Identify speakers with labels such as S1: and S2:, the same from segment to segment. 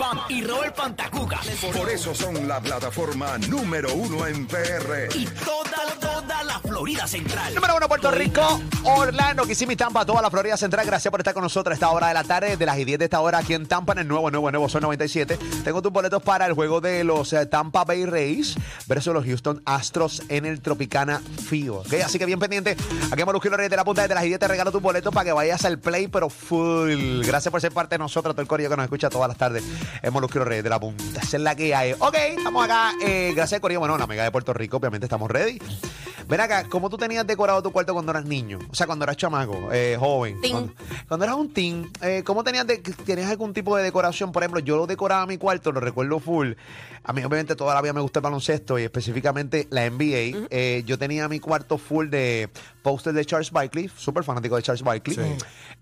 S1: Instagram y Robert Pantacuca.
S2: Por eso son la plataforma número uno en PR.
S1: Y toda, toda la Florida Central.
S3: Número uno, Puerto Rico, Orlando, Kissimmee, Tampa, toda la Florida Central. Gracias por estar con nosotros a esta hora de la tarde, de las 10 de esta hora aquí en Tampa, en el nuevo, nuevo, nuevo Son 97. Tengo tus boletos para el juego de los eh, Tampa Bay Rays versus los Houston Astros en el Tropicana Field. ¿ok? Así que bien pendiente. Aquí en Molusquillo Reyes de la Punta, desde las 10 te regalo tus boletos para que vayas al play, pero full. Gracias por ser parte de nosotros, todo el corillo que nos escucha todas las tardes en Molusquillo Reyes de la Punta. Esa es la que hay. Ok, estamos acá. eh, gracias, corillo. Bueno, la mega de Puerto Rico, obviamente estamos ready. Ven acá, ¿cómo tú tenías decorado tu cuarto cuando eras niño? O sea, cuando eras chamaco, eh, joven.
S4: Teen.
S3: Cuando, cuando eras un teen, eh, ¿cómo tenías, de- tenías algún tipo de decoración? Por ejemplo, yo lo decoraba mi cuarto, lo recuerdo full. A mí, obviamente, toda la vida me gusta el baloncesto y específicamente la NBA. Eh, yo tenía mi cuarto full de póster de Charles Barkley, súper fanático de Charles Barkley.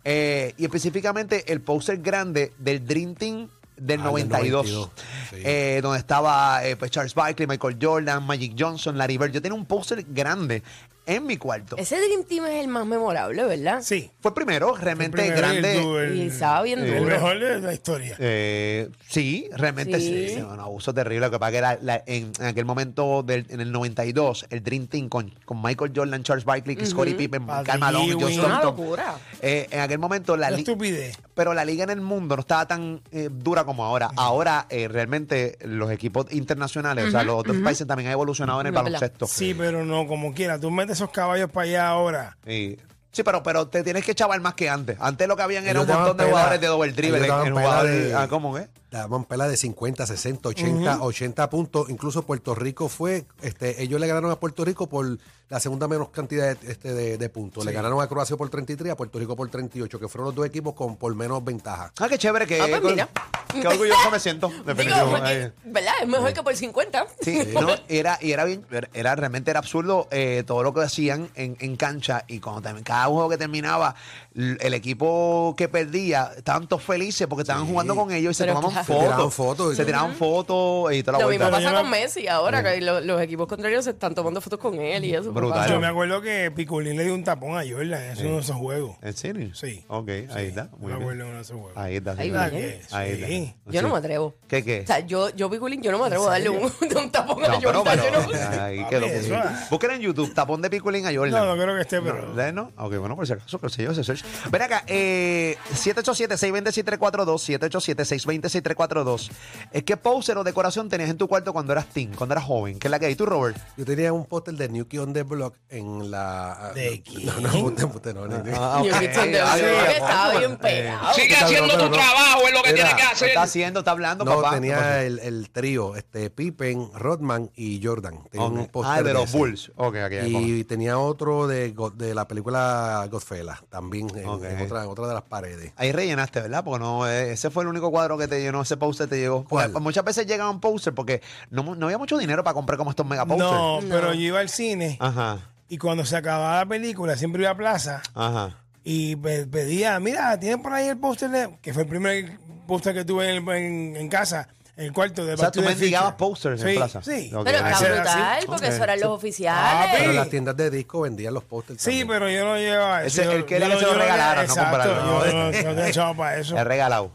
S3: Eh, y específicamente el póster grande del Dream Team del
S5: Ah, del
S3: 92.
S5: 92, sí.
S3: Eh, eh, donde estaba eh, pues, Charles Barkley, Michael Jordan, Magic Johnson, Larry Bird. Yo tenía un póster grande en mi cuarto.
S4: Ese Dream Team es el más memorable, ¿verdad?
S6: Sí.
S3: Fue el primero, realmente
S6: Primero,
S3: grande.
S6: el du- el-
S4: Y estaba bien
S6: el
S4: duro.
S6: mejor de la historia.
S3: Eh, sí, realmente sí.
S4: Sí.
S3: sí, Un abuso terrible. Lo que pasa que era la- en, en aquel momento, del, en el 92, el Dream Team con, con Michael Jordan, Charles Barkley, Scottie Pippen,
S6: Padre
S3: Karl Malone,
S6: Ewing.
S3: Josh
S6: Una
S3: Thompson.
S4: locura.
S3: Eh, en aquel momento, la
S6: Una
S3: li-
S6: estupidez.
S3: pero la liga en el mundo no estaba tan eh, dura como ahora. Ahora, eh, realmente, los equipos internacionales, o sea, los otros países también han evolucionado en el
S4: Es verdad.
S3: baloncesto.
S6: Sí, pero no, como quiera. Tú metes esos caballos para allá ahora.
S3: Y- sí, pero, pero te tienes que chaval más que antes. Antes lo que habían era
S5: Ellos
S3: un montón
S5: daban
S3: de
S5: pela-
S3: jugadores de doble dribble.
S5: ellos daban
S3: en
S5: pela
S3: jugadores-
S5: de-
S3: ah, ¿Cómo es?
S5: Daban pela de 50, 60, 80, 80 puntos. Incluso Puerto Rico fue, este, ellos le ganaron a Puerto Rico por la segunda menos cantidad de, este, de, de puntos. Le ganaron a Croacia por 33, a Puerto Rico por 38, que fueron los dos equipos con por menos ventaja.
S3: Ah, qué chévere, que,
S4: Ah, pues
S3: con-
S4: mira.
S3: qué orgulloso me siento.
S4: Digo,
S3: Definitivo. Ahí.
S4: ¿verdad? Es mejor que por 50.
S3: Sí, no, era, y era bien, era realmente era absurdo eh, todo lo que hacían en, en cancha y cuando también cada juego que terminaba, l- el equipo que perdía estaban todos felices porque estaban jugando con ellos y se
S4: Pero
S3: tomaban
S4: claro. Se
S3: fotos.
S5: tiraban fotos.
S3: Se tiraban fotos y toda la
S4: Lo
S3: vuelta.
S4: mismo pasa
S6: Pero yo
S4: con
S6: me-
S4: Messi ahora, que lo- los equipos contrarios se están tomando fotos con él y eso.
S3: Brutal.
S4: pasa.
S3: Claro.
S6: Yo me acuerdo que Piculín le dio un tapón a Jordan en uno de esos juegos.
S3: ¿En serio?
S6: Sí.
S3: Ok, ahí está. Eh, Muy
S6: me acuerdo en
S3: bien.
S6: uno de esos juegos.
S3: Ahí está. sí,
S4: Ahí
S3: claro.
S4: viene.
S3: Ahí
S6: Sí.
S3: está.
S4: Yo no
S3: Sí.
S4: me atrevo.
S3: ¿Qué, qué?
S4: O sea, yo, yo Piculín, yo no me atrevo a darle un, un tapón a
S3: No, pero,
S4: Jordan.
S3: pero,
S4: yo no-
S3: ahí
S6: Papi,
S3: quedó.
S6: eso es.
S3: Busquen en YouTube, tapón de piculín a Jordan.
S6: No, no creo que esté, pero-
S3: No, ¿eh, ¿no? Ok, bueno, por si acaso, pero si yo se search. Ven acá, eh, 787-620-6342, 787-620-6342. Eh, ¿Qué poser o decoración tenías en tu cuarto cuando eras teen, cuando eras joven? ¿Qué es la que hay tú, Robert?
S5: Yo tenía un póster de New Kid on the Block en la. ah,
S6: ¿De
S5: No, no, embuste, embuste, no, no, no.
S3: Ah,
S4: Yo
S3: ok.
S4: que estoy de-
S3: Ay,
S4: yo
S3: ay,
S4: que
S3: ay,
S4: estaba
S3: ay,
S4: bien pegado.
S1: Sigue
S5: Está
S1: haciendo
S5: loco,
S1: tu
S5: no.
S1: trabajo, es lo que
S5: Mira,
S1: tienes que
S3: ¿Qué
S1: hacer.
S3: está haciendo? ¿Está hablando,
S5: No,
S3: papá?
S5: tenía el, el trío, este Pippen, Rodman y Jordan. Tenía un
S3: Ok.
S5: póster
S3: Ah, de los
S5: ese.
S3: Bulls. Ok, ok.
S5: Y tenía otro de, Go- de la película Godfella, también en,
S3: Ok.
S5: en otra, en otra de las paredes.
S3: Ahí rellenaste, ¿verdad? Porque no, eh, ese fue el único cuadro que te llenó, ese poster te llegó.
S5: ¿Cuál?
S3: Porque Muchas veces llega un poster porque no, mu- no había mucho dinero para comprar como estos mega posters.
S6: No, pero yo iba al cine
S3: Ajá,
S6: y cuando se acababa la película siempre iba a plaza
S3: ajá.
S6: y pe- pedía, mira, ¿tienen por ahí el póster? de-?" Que fue el primer póster que tuve en, en- en casa, en el cuarto de
S3: O sea, tú
S6: Back to the
S3: mendigabas
S6: Future.
S3: posters en
S6: Sí,
S3: plaza.
S6: Sí,
S3: Ok.
S4: Pero
S6: Ese
S4: está
S6: era así.
S4: brutal, porque eso eran los
S6: Ah,
S4: oficiales.
S5: Pero
S6: Sí.
S5: las tiendas de disco vendían los pósters.
S6: Sí,
S5: también.
S6: pero yo no llevaba eso.
S3: Ese-
S6: Yo-
S3: él quería
S6: yo
S3: que se lo
S6: yo
S3: regalaran, no
S6: exacto,
S3: comprarlo.
S6: Yo no, yo no tenía chavo para eso.
S3: Te he regalado.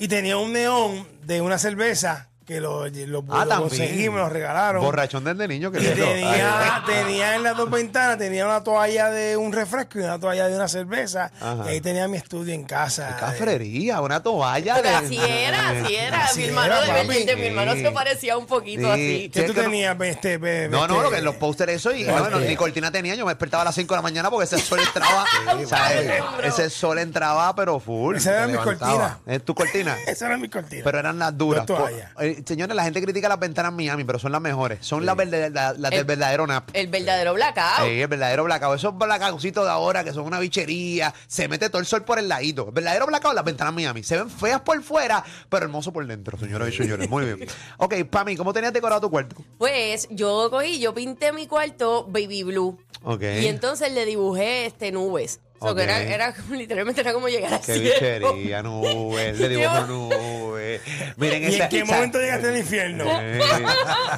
S6: Y tenía un neón de una cerveza que lo, lo,
S3: Ah,
S6: lo
S3: también.
S6: conseguí, me lo regalaron.
S3: Borrachón desde niño que
S6: Y
S3: lindo.
S6: tenía, tenía en las dos ventanas, tenía una toalla de un refresco y una toalla de una cerveza.
S3: Ajá.
S6: Y ahí tenía mi estudio en casa.
S3: Ay, Cafrería, una toalla.
S4: Pero
S3: de-
S4: así era, así era.
S6: Así
S4: mi hermano
S6: era,
S4: de
S6: papi.
S4: verdad, de mi hermano se parecía un poquito
S3: Sí.
S4: así.
S6: ¿Qué
S3: Sí, es
S6: tú
S3: que no-
S6: tenías, este, pe-
S3: No, no,
S6: este-
S3: lo que los posters eso y no, no, ni cortina tenía, yo me despertaba a las 5 de la mañana porque ese sol entraba, ¿sabes? ese sol entraba pero full.
S6: Esas eran
S5: te
S6: mis
S5: levantaba.
S6: cortinas.
S3: ¿Es tu cortina?
S6: Esas eran mis cortinas.
S3: Pero eran las duras.
S6: Dos
S3: Por-
S6: toallas.
S3: eh, señores, la gente critica las ventanas Miami, pero son las mejores. Son las, verde- la- las del
S4: El-
S3: verdadero NAP.
S4: El verdadero blackout.
S3: Sí, el verdadero blackout. Esos blackoutsitos de ahora que son una bichería. Se mete todo el sol por el ladito. El verdadero blackout, las ventanas Miami. Se ven feas por fuera, pero hermoso por dentro, señoras y señores. Muy bien. Ok, Pami, ¿cómo tenías decorado tu cuarto?
S4: Pues yo cogí, yo pinté mi cuarto baby blue.
S3: Ok.
S4: Y entonces le dibujé este nubes. O sea, que
S3: Ok.
S4: era, era como- literalmente era como llegar al
S3: Qué
S4: cielo.
S3: bichería, nubes, le dibujo
S4: Yo-
S3: nubes. Miren
S6: ¿Y
S3: esta.
S6: en qué
S3: esa-
S6: momento llegaste al infierno?
S3: Eh,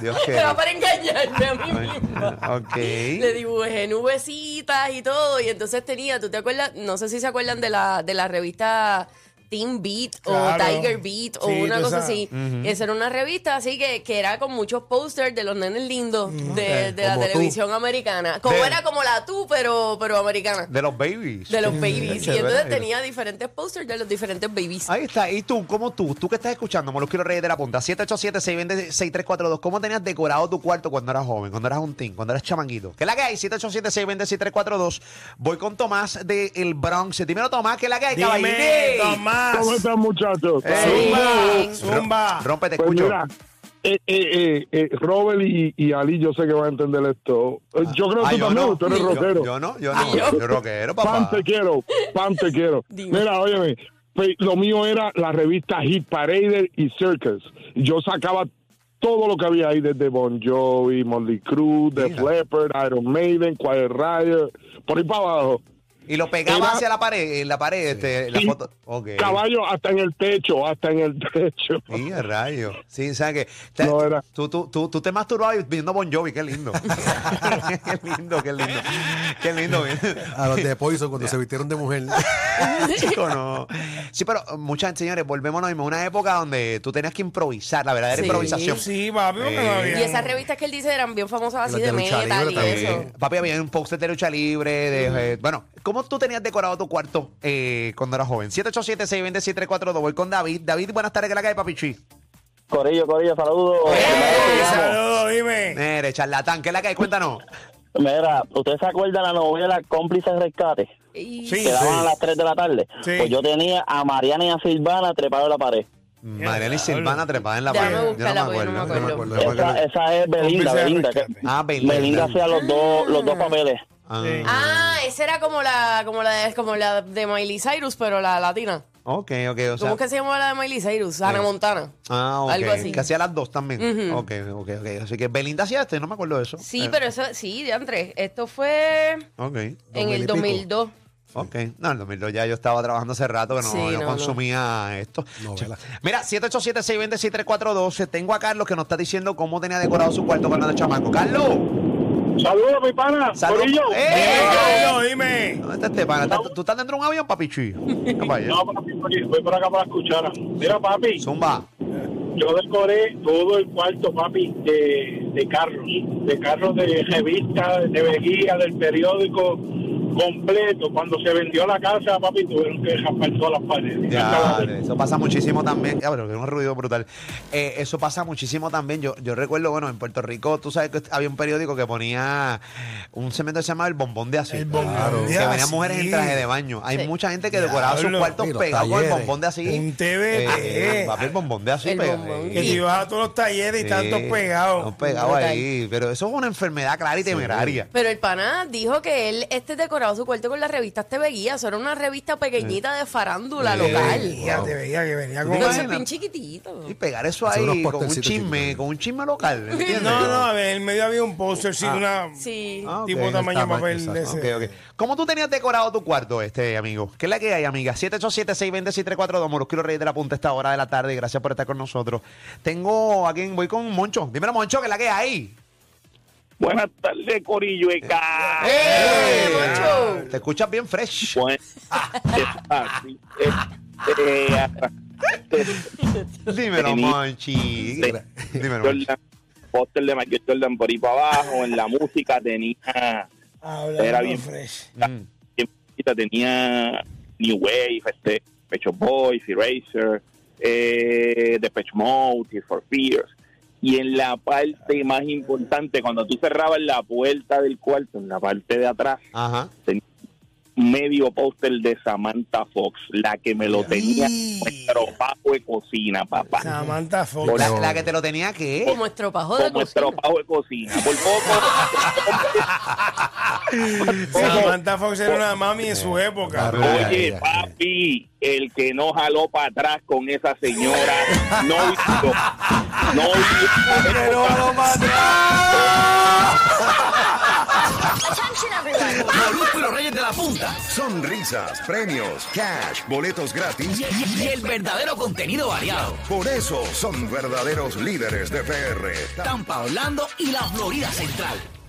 S3: Dios
S4: Pero
S3: querido.
S4: para engañarme a mí misma.
S3: Ok.
S4: Le dibujé nubecitas y todo. Y entonces tenía, ¿tú te acuerdas? No sé si se acuerdan de la, de la revista Team Beat
S6: Claro.
S4: o Tiger Beat o
S6: Sí,
S4: una
S6: tú
S4: cosa así.
S6: sabes.
S4: Esa era una revista así que, que era con muchos posters de los nenes lindos
S3: Mm.
S4: de,
S5: Ok.
S4: de la
S5: Como tú.
S4: televisión americana. Como
S3: De-
S4: era como la tú, pero, pero americana.
S3: De los babies.
S4: De los babies. Y
S3: Chévere.
S4: entonces tenía diferentes posters de los diferentes babies.
S3: Ahí está. ¿Y tú, cómo tú? Tú que estás escuchando, Molusquero Reyes de la Punta, 787-620-6342. ¿Cómo tenías decorado tu cuarto cuando eras joven, cuando eras un teen, cuando eras chamanguito? ¿Qué es la que hay? 787-620-6342. Voy con Tomás del Bronx. Dímelo, Tomás, ¿qué es la que hay,
S6: Dime,
S3: caballito?
S6: Tomás.
S7: ¿Cómo están, muchachos?
S6: Zumba, zumba.
S3: Rompe, te
S7: Pues
S3: escucho.
S7: mira, eh, eh, eh, eh, Robert y, y Ali, yo sé que van a entender esto. Eh, Yo creo
S3: Ah,
S7: que tú también,
S3: no.
S7: tú eres
S3: Yo-
S7: rockero.
S3: Yo, no, yo no.
S4: yo.
S3: Yo rockero,
S7: Pan
S3: papá.
S7: te quiero, pan te quiero.
S4: Dime.
S7: Mira, óyeme, pues, lo mío era la revista Hit Parader y Circus. Yo sacaba todo lo que había ahí, desde Bon Jovi, Motley Crue, The
S3: Mira.
S7: Leppard, Iron Maiden, Quiet Riot, por ahí para abajo.
S3: Y lo pegaba
S7: Era-
S3: hacia la pared, en la pared, este, la
S7: Sí.
S3: foto. Ok.
S7: Caballo hasta en el techo, hasta en el techo.
S3: Sí, a rayo. Sí, ¿sabes qué? Te-
S7: No, era-
S3: tú, tú, tú, tú te masturbabas y viendo Bon Jovi, qué lindo. qué lindo, qué lindo. Qué lindo.
S5: A los de Poison cuando se vistieron de mujer.
S3: Chico, no. Sí, pero muchas, señores, volvemos a lo mismo. Una época donde tú tenías que improvisar, la verdadera
S4: Sí.
S3: improvisación.
S6: Sí, papi, porque
S3: Eh.
S6: no había-
S4: Y esas revistas que él dice eran bien famosas así
S5: Las de
S4: de
S5: lucha
S4: metal
S5: libre
S4: y
S5: también.
S4: eso.
S3: Eh, Papi, había un póster de lucha libre. De, eh, bueno, ¿cómo tú tenías decorado tu cuarto eh, cuando eras joven? 787-620-6342. Voy con David. David, buenas tardes, que la cae, papi chi.
S8: Corillo, Corillo, saludos.
S6: Eh, Saludos, dime.
S3: Mire, charlatán, que la cae, cuéntanos.
S8: Mira, ¿ustedes se acuerdan la novela Cómplices Rescate?
S4: Y-
S6: Sí,
S8: Que daban a las 3 de la tarde.
S6: Sí.
S8: Pues yo tenía a Mariana y a Silvana trepado en la pared.
S3: Mariana y Silvana trepada en la
S4: Déjame
S3: pared. Yo
S4: buscarla,
S3: no me
S4: porque no me
S3: acuerdo.
S5: No me
S4: acuerdo.
S5: acuerdo. no me acuerdo.
S8: Esa, esa es Belinda,
S6: Cómplices de
S8: Belinda.
S6: rescate.
S8: que-
S3: Ah, Belinda.
S8: Belinda hacía los dos, los dos papeles.
S3: Ah,
S6: Sí.
S4: Ah, esa era como la, como la de, como la de Miley Cyrus, pero la latina.
S3: Ok, ok. O sea,
S4: ¿Cómo que se llamaba la de Miley Cyrus? Ana Montana.
S3: Ah, ok.
S4: Algo así.
S3: Que hacía las dos también.
S4: Ujú.
S3: Ok, ok, ok. Así que Belinda hacía este, no me acuerdo de eso.
S4: Sí,
S3: Eh,
S4: pero eso, sí, de Andrés. Esto fue
S3: Ok,
S4: en
S5: 2000 y
S4: el
S5: pico.
S4: 2002.
S3: ok. No, en el 2002 ya yo estaba trabajando hace rato que no,
S4: Sí,
S3: no
S4: no,
S3: consumía esto.
S5: Novela.
S3: Mira, 787-620-6342. Tengo a Carlos que nos está diciendo cómo tenía decorado su cuarto cuando era chamaco. ¡Carlos!
S7: Saludos, mi pana.
S3: Saludos.
S7: Corillo.
S3: ¡Eh!
S6: Dime, Carlos, dime.
S3: ¿Dónde está este pana? ¿Estás- ¿Tú estás dentro de un avión, papi Chuy? Ven para allá.
S7: No, papi, voy- voy por acá para escuchar. Mira, papi,
S3: Zumba.
S7: yo decoré todo el cuarto, papi, de, de carros. De carros de revista, de veguía, del periódico completo. Cuando se vendió la casa, papi, tuvieron que raspar todas las paredes.
S3: Ya,
S7: Hasta la-
S3: eso pasa muchísimo también. Ya, pero que un ruido brutal. Eh, eso pasa muchísimo también. Yo, yo recuerdo, bueno, en Puerto Rico, tú sabes que había un periódico que ponía un cemento que se llamaba El Bombón de Asís.
S6: El Bombón
S5: Claro.
S6: de
S3: Que venían
S6: Asís.
S3: mujeres en traje de baño. Hay
S4: Sí.
S3: mucha gente que decoraba sus
S6: Diablo.
S3: cuartos
S5: Y los
S3: pegados con el
S5: talleres.
S3: bombón de Asís.
S6: Un TBT.
S3: Eh, papi, el bombón de Asís.
S4: El
S3: pega-
S4: bombón.
S3: eh,
S6: Que te ibas a todos los talleres y
S3: sí,
S6: tantos pegados.
S3: Están pegados
S4: Brutal.
S3: ahí. Pero eso es una enfermedad clara y temeraria.
S4: Pero el pana dijo que él este decorado su cuarto con las revistas TV Guía. Eso era una revista pequeñita de farándula local.
S6: Ya te veía que venía
S3: ¿Tú te
S6: con...
S4: Pero
S3: imaginas?
S4: eso es bien chiquitito.
S3: Y pegar eso
S5: Hacer unos
S3: ahí con un
S5: postercitos
S3: chisme,
S5: chiquitos.
S3: con un chisme local. ¿entiendes?
S6: No, no, a ver, en medio había un póster, sí, una...
S4: Sí.
S3: Ah, ok,
S6: Tipo
S3: no
S6: tamaño
S5: está mal,
S6: papel de
S5: exacto.
S6: ese.
S3: Ok, ok. ¿Cómo tú tenías decorado tu cuarto, este amigo? ¿Qué es la que hay, amiga? 787-620-6342, Molusquero Rey de la Punta, a esta hora de la tarde. Gracias por estar con nosotros. Tengo a quien voy con Moncho. Dímelo, Moncho, ¿qué es la que hay?
S7: Buenas tardes, Corillo. Eca.
S3: ¡Eh,
S4: ¡Eh, Moncho!
S3: Te escuchas bien fresh.
S7: Bueno, es así, es- eh, arra-
S3: Dímelo,
S7: Tení-
S3: Monchi.
S7: de-
S3: Dímelo, Monchi.
S7: Jordan, póster de Michael Jordan por ahí para abajo, en la música tenía,
S6: Hablando
S7: Era bien.
S6: fresh.
S3: Mm.
S7: tenía New Wave, este, Pecho Boys, Eraser, eh, Depeche Mode, Tears for Fears. Y en la parte más importante, cuando tú cerrabas la puerta del cuarto, en la parte de atrás,
S3: Ajá.
S7: medio póster de Samantha Fox, la que me lo tenía en nuestro pago de cocina, papá.
S6: Samantha Fox.
S3: La, la que te lo tenía que...
S4: Como estropajo de
S7: como
S4: cocina.
S7: estropajo de cocina. Por poco.
S6: Samantha Fox era una mami en su época.
S5: Claro.
S7: Oye,
S5: Ay, ay,
S7: papi, el que no jaló para atrás con esa señora, no vivió. No vivió.
S1: Molusco Reyes de la Punta.
S2: Sonrisas, premios, cash, boletos gratis.
S1: Y, y- y el verdadero contenido variado.
S2: Por eso son verdaderos líderes de PR.
S1: Tampa, Orlando y la Florida Central.